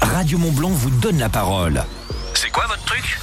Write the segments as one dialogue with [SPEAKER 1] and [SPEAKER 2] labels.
[SPEAKER 1] Radio Montblanc vous donne la parole.
[SPEAKER 2] C'est quoi votre truc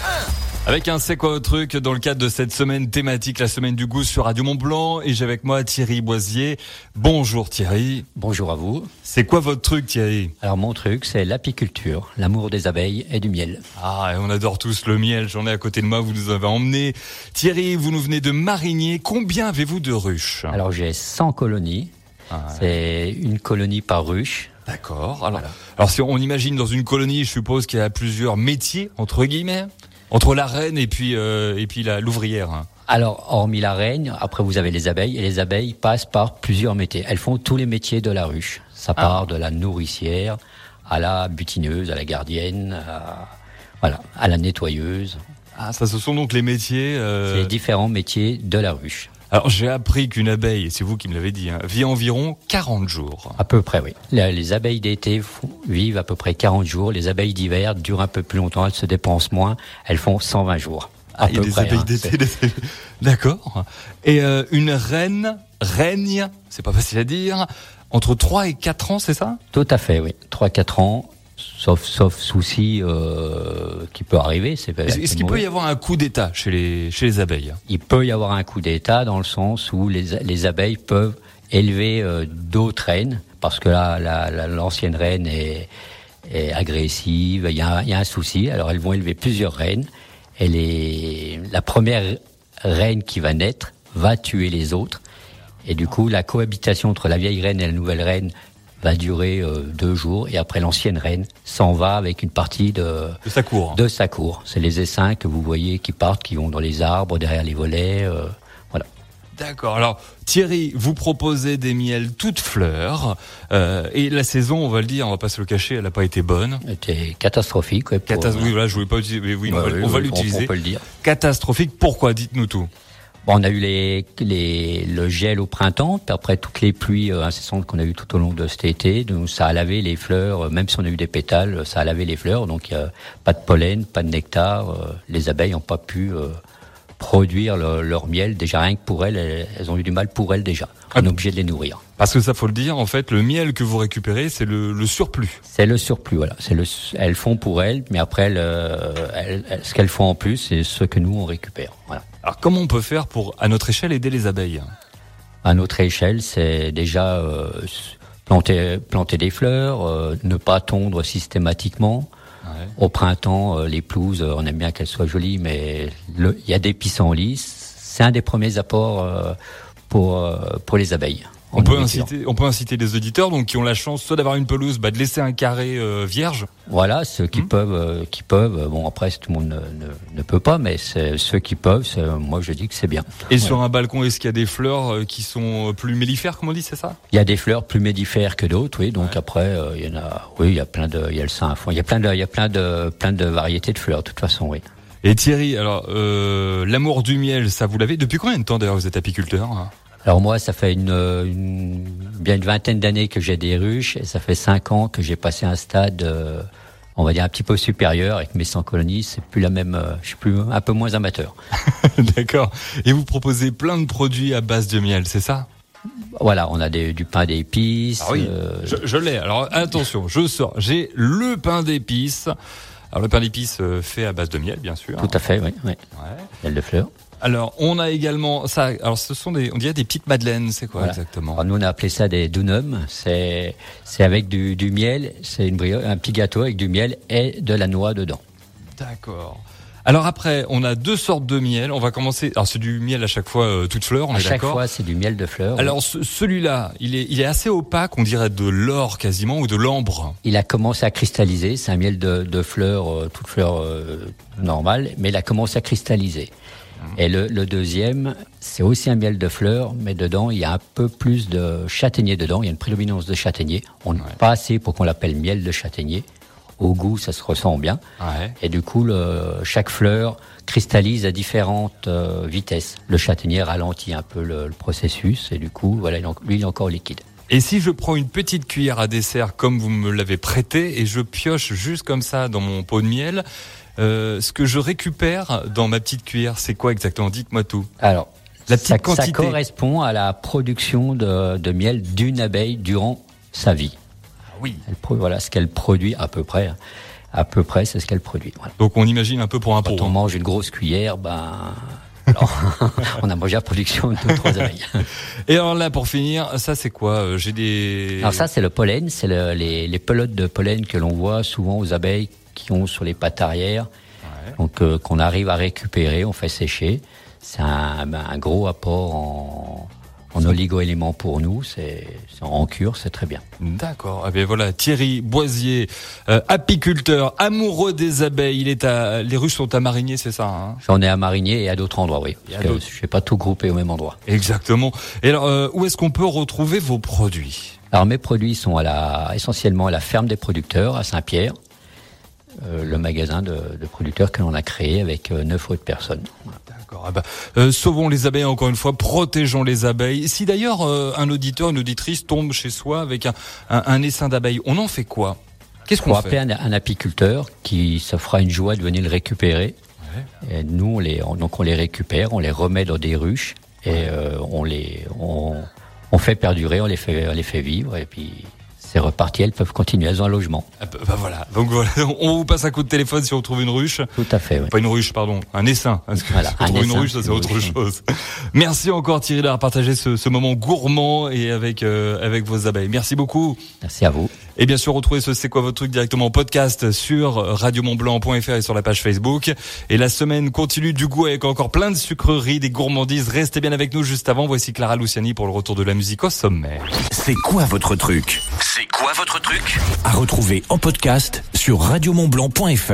[SPEAKER 3] Avec un C'est quoi au truc dans le cadre de cette semaine thématique, la semaine du goût sur Radio Mont Blanc, et j'ai avec moi Thierry Boisier. Bonjour Thierry.
[SPEAKER 4] Bonjour à vous.
[SPEAKER 3] C'est quoi votre truc Thierry
[SPEAKER 4] Alors mon truc, c'est l'apiculture, l'amour des abeilles et du miel.
[SPEAKER 3] Ah, et on adore tous le miel, j'en ai à côté de moi, vous nous avez emmené. Thierry, vous nous venez de Marigné, combien avez-vous de ruches
[SPEAKER 4] Alors j'ai 100 colonies,
[SPEAKER 3] Ah, ouais.
[SPEAKER 4] c'est une colonie par ruche.
[SPEAKER 3] D'accord. Alors, alors si on imagine dans une colonie, je suppose qu'il y a plusieurs métiers, entre guillemets, entre la reine et puis, euh, et puis la- l'ouvrière. hein.
[SPEAKER 4] Alors hormis la reine, après vous avez les abeilles, et les abeilles passent par plusieurs métiers. Elles font tous les métiers de la ruche. Ça
[SPEAKER 3] Ah.
[SPEAKER 4] part de la nourricière à la butineuse, à la gardienne, à, voilà, à la nettoyeuse.
[SPEAKER 3] Ah, ça, ce sont donc les métiers.
[SPEAKER 4] C'est
[SPEAKER 3] euh,
[SPEAKER 4] les différents métiers de la ruche.
[SPEAKER 3] Alors j'ai appris qu'une abeille, et c'est vous qui me l'avez dit, hein, vit environ 40 jours.
[SPEAKER 4] À peu près, oui. La- Les abeilles d'été font- vivent à peu près 40 jours. Les abeilles d'hiver durent un peu plus longtemps. Elles se dépensent moins. Elles font 120 jours. À
[SPEAKER 3] Ah, il y a
[SPEAKER 4] peu
[SPEAKER 3] des
[SPEAKER 4] près,
[SPEAKER 3] abeilles
[SPEAKER 4] hein.
[SPEAKER 3] d'été,
[SPEAKER 4] C'est-
[SPEAKER 3] des abeilles- D'accord. Et euh, une reine règne, c'est pas facile à dire, entre 3 et 4 ans, c'est ça
[SPEAKER 4] Tout à fait, oui. 3-4 ans, sauf, sauf souci euh, qui peut arriver. c'est-
[SPEAKER 3] Est-ce est-ce qu'il peut y avoir un coup d'état chez les, chez les abeilles
[SPEAKER 4] Il peut y avoir un coup d'État dans le sens où les, les abeilles peuvent élever euh, d'autres reines, parce que là, la- la- l'ancienne reine est, est agressive, il y, a, un- il y a un souci, alors elles vont élever plusieurs reines, et les, la première reine qui va naître va tuer les autres, et du coup la cohabitation entre la vieille reine et la nouvelle reine va durer euh, deux jours, et après l'ancienne reine s'en va avec une partie de,
[SPEAKER 3] De sa cour
[SPEAKER 4] de sa cour. C'est les essaims que vous voyez qui partent, qui vont dans les arbres, derrière les volets. euh, voilà.
[SPEAKER 3] D'accord. Alors Thierry, vous proposez des miels toutes fleurs. euh, et la saison, on va le dire, on va pas se le cacher, elle n'a pas été bonne.
[SPEAKER 4] C'était catastrophique. ouais, pour-
[SPEAKER 3] Catas- oui, voilà, je voulais pas utiliser, mais Bah oui,
[SPEAKER 4] Ouais,
[SPEAKER 3] on va,
[SPEAKER 4] ouais,
[SPEAKER 3] on va
[SPEAKER 4] ouais, On
[SPEAKER 3] l'utiliser.
[SPEAKER 4] peut le dire.
[SPEAKER 3] Catastrophique, pourquoi Dites-nous tout.
[SPEAKER 4] Bon, on a eu les, les- le gel au printemps, puis après toutes les pluies euh, incessantes qu'on a eues tout au long de cet été, donc ça a lavé les fleurs, euh, même si on a eu des pétales, euh, ça a lavé les fleurs, donc euh, pas de pollen, pas de nectar, euh, les abeilles n'ont pas pu euh, produire le- leur miel, déjà rien que pour elles, elles, elles ont eu du mal pour elles déjà,
[SPEAKER 3] Ah
[SPEAKER 4] on est obligé de les nourrir.
[SPEAKER 3] Parce que ça, faut le dire, en fait, le miel que vous récupérez, c'est le, le surplus.
[SPEAKER 4] C'est le surplus, voilà. C'est le, su- elles font pour elles, mais après, elles, euh, elles- elles- ce qu'elles font en plus, c'est ce que nous, on récupère. Voilà.
[SPEAKER 3] Alors, comment on peut faire pour, à notre échelle, aider les abeilles
[SPEAKER 4] À notre échelle, c'est déjà euh, s- planter, planter des fleurs, euh, ne pas tondre systématiquement.
[SPEAKER 3] Ouais.
[SPEAKER 4] Au printemps, euh, les pelouses, euh, on aime bien qu'elles soient jolies, mais le- il y a des pissenlits. C'est un des premiers apports euh, pour, euh, pour les abeilles. en
[SPEAKER 3] On peut,
[SPEAKER 4] nourriture.
[SPEAKER 3] inciter, on peut inciter les auditeurs donc qui ont la chance soit d'avoir une pelouse, bah, de laisser un carré euh, vierge.
[SPEAKER 4] Voilà, ceux
[SPEAKER 3] Hum.
[SPEAKER 4] qui peuvent, euh, qui peuvent. euh, Bon, après, tout le monde ne, ne- ne peut pas, mais c'est- ceux qui peuvent, c'est- moi, je dis que c'est bien.
[SPEAKER 3] Et sur un balcon, est-ce qu'il y a des fleurs euh, qui sont euh, plus mellifères, comme on dit, c'est ça
[SPEAKER 4] Il y a des fleurs plus médifères que d'autres, oui. Donc après, euh, il y en a. Oui, il y a plein de. Il y a le sainfoin. Il y a plein de. Il y a plein de. Plein de variétés de fleurs. De toute façon, oui.
[SPEAKER 3] Et Thierry, alors euh, l'amour du miel, ça vous l'avez depuis combien de temps d'ailleurs vous êtes apiculteur hein
[SPEAKER 4] Alors moi, ça fait une, euh, une- bien une vingtaine d'années que j'ai des ruches et ça fait cinq ans que j'ai passé un stade, euh, on va dire un petit peu supérieur avec mes 100 colonies. C'est plus la même. euh, je suis plus un peu moins amateur.
[SPEAKER 3] D'accord. Et vous proposez plein de produits à base de miel, c'est ça
[SPEAKER 4] Voilà, on a des, du pain d'épices. euh,
[SPEAKER 3] Ah je, je l'ai. Alors attention, je sors. J'ai le pain d'épices. Alors le pain d'épices euh, fait à base de miel, bien sûr. hein,
[SPEAKER 4] Tout à fait, oui. oui.
[SPEAKER 3] Ouais.
[SPEAKER 4] Il y a de fleurs.
[SPEAKER 3] Alors on a également ça. Alors ce sont des, on dirait des petites madeleines. C'est quoi
[SPEAKER 4] Voilà.
[SPEAKER 3] exactement
[SPEAKER 4] Alors nous on a appelé ça des dunums, c'est c'est avec du, du miel, c'est une brio- un petit gâteau avec du miel et de la noix dedans.
[SPEAKER 3] D'accord. Alors après, on a deux sortes de miel. On va commencer. Alors c'est du miel à chaque fois, euh, toute fleur. On
[SPEAKER 4] À
[SPEAKER 3] est
[SPEAKER 4] chaque
[SPEAKER 3] d'accord.
[SPEAKER 4] fois c'est du miel de fleurs.
[SPEAKER 3] Alors ce- celui-là, il est, il est assez opaque. On dirait de l'or quasiment ou de l'ambre.
[SPEAKER 4] il a commencé à cristalliser, c'est un miel de, de fleurs, euh, toute fleur euh, normale, mais il a commencé à cristalliser.
[SPEAKER 3] Mmh.
[SPEAKER 4] Et le, le deuxième, c'est aussi un miel de fleurs, mais dedans il y a un peu plus de châtaignier dedans, il y a une prédominance de châtaignier. On n'a pas assez pour qu'on l'appelle miel de châtaignier. Au goût, ça se ressent bien.
[SPEAKER 3] Ouais.
[SPEAKER 4] Et du coup, le- chaque fleur cristallise à différentes euh, vitesses. Le châtaignier ralentit un peu le, le processus et du coup, voilà, il en- lui, il est encore liquide.
[SPEAKER 3] Et si je prends une petite cuillère à dessert comme vous me l'avez prêté et je pioche juste comme ça dans mon pot de miel, euh, ce que je récupère dans ma petite cuillère, c'est quoi exactement Dites-moi tout.
[SPEAKER 4] Alors,
[SPEAKER 3] La petite
[SPEAKER 4] ça, ça
[SPEAKER 3] quantité.
[SPEAKER 4] correspond à la production de, de miel d'une abeille durant sa vie.
[SPEAKER 3] Oui.
[SPEAKER 4] Elle pro- voilà ce qu'elle produit à peu près. hein. À peu près, c'est ce qu'elle produit. Voilà.
[SPEAKER 3] Donc on imagine un peu pour un
[SPEAKER 4] Quand on
[SPEAKER 3] pot.
[SPEAKER 4] mange une grosse cuillère, ben, alors, on a mangé la production de nos trois abeilles.
[SPEAKER 3] Et alors là, pour finir, ça c'est quoi Euh, J'ai des.
[SPEAKER 4] Alors ça, c'est le pollen, c'est le- les, les pelotes de pollen que l'on voit souvent aux abeilles qui ont sur les pattes arrière, donc euh, qu'on arrive à récupérer, on fait sécher. C'est un, ben, un gros apport en, en oligo-éléments pour nous, c'est c'est en cure, c'est très bien.
[SPEAKER 3] D'accord. Eh bien voilà, Thierry Boisier, euh, apiculteur, amoureux des abeilles. Il est à. Les ruches sont à Marigné, c'est ça hein
[SPEAKER 4] J'en ai à Marinier et à d'autres endroits, oui.
[SPEAKER 3] Et
[SPEAKER 4] Parce
[SPEAKER 3] à
[SPEAKER 4] que
[SPEAKER 3] d'autres.
[SPEAKER 4] je ne pas tout groupé au même endroit.
[SPEAKER 3] Exactement. Et alors, euh, où est-ce qu'on peut retrouver vos produits
[SPEAKER 4] Alors mes produits sont à la, essentiellement à la ferme des producteurs à Saint-Pierre, euh, le magasin de, de producteurs que l'on a créé avec euh, neuf autres personnes.
[SPEAKER 3] D'accord. Ah bah, euh, sauvons les abeilles encore une fois, protégeons les abeilles. Si d'ailleurs euh, un auditeur, une auditrice tombe chez soi avec un, un- un essaim d'abeilles, on en fait quoi Qu'est-ce
[SPEAKER 4] Pour
[SPEAKER 3] qu'on
[SPEAKER 4] appeler
[SPEAKER 3] fait
[SPEAKER 4] un, un apiculteur qui se fera une joie de venir le récupérer. Et nous, on les, on- donc on les récupère, on les remet dans des ruches et euh, on les on, on fait perdurer, on les fait, on les fait vivre et puis c'est reparti, elles peuvent continuer, elles ont un logement.
[SPEAKER 3] Ah bah, bah voilà. Donc voilà, on vous passe un coup de téléphone si on trouve une ruche.
[SPEAKER 4] Tout à fait, oui.
[SPEAKER 3] Pas une ruche, pardon, un essaim. Parce que
[SPEAKER 4] Voilà,
[SPEAKER 3] si on
[SPEAKER 4] un
[SPEAKER 3] trouve une
[SPEAKER 4] essaim,
[SPEAKER 3] ruche, ça c'est
[SPEAKER 4] une
[SPEAKER 3] autre
[SPEAKER 4] ruche.
[SPEAKER 3] chose. Merci encore Thierry d'avoir partagé ce, ce moment gourmand et avec euh, avec vos abeilles. Merci beaucoup.
[SPEAKER 4] Merci à vous.
[SPEAKER 3] Et bien sûr, retrouvez ce C'est quoi votre truc directement en podcast sur radiomontblanc.fr et sur la page Facebook. Et la semaine continue du goût avec encore plein de sucreries, des gourmandises. Restez bien avec nous juste avant. Voici Clara Luciani pour le retour de la musique au sommet.
[SPEAKER 1] C'est quoi votre truc
[SPEAKER 2] C'est quoi votre truc
[SPEAKER 1] À retrouver en podcast sur radiomontblanc.fr.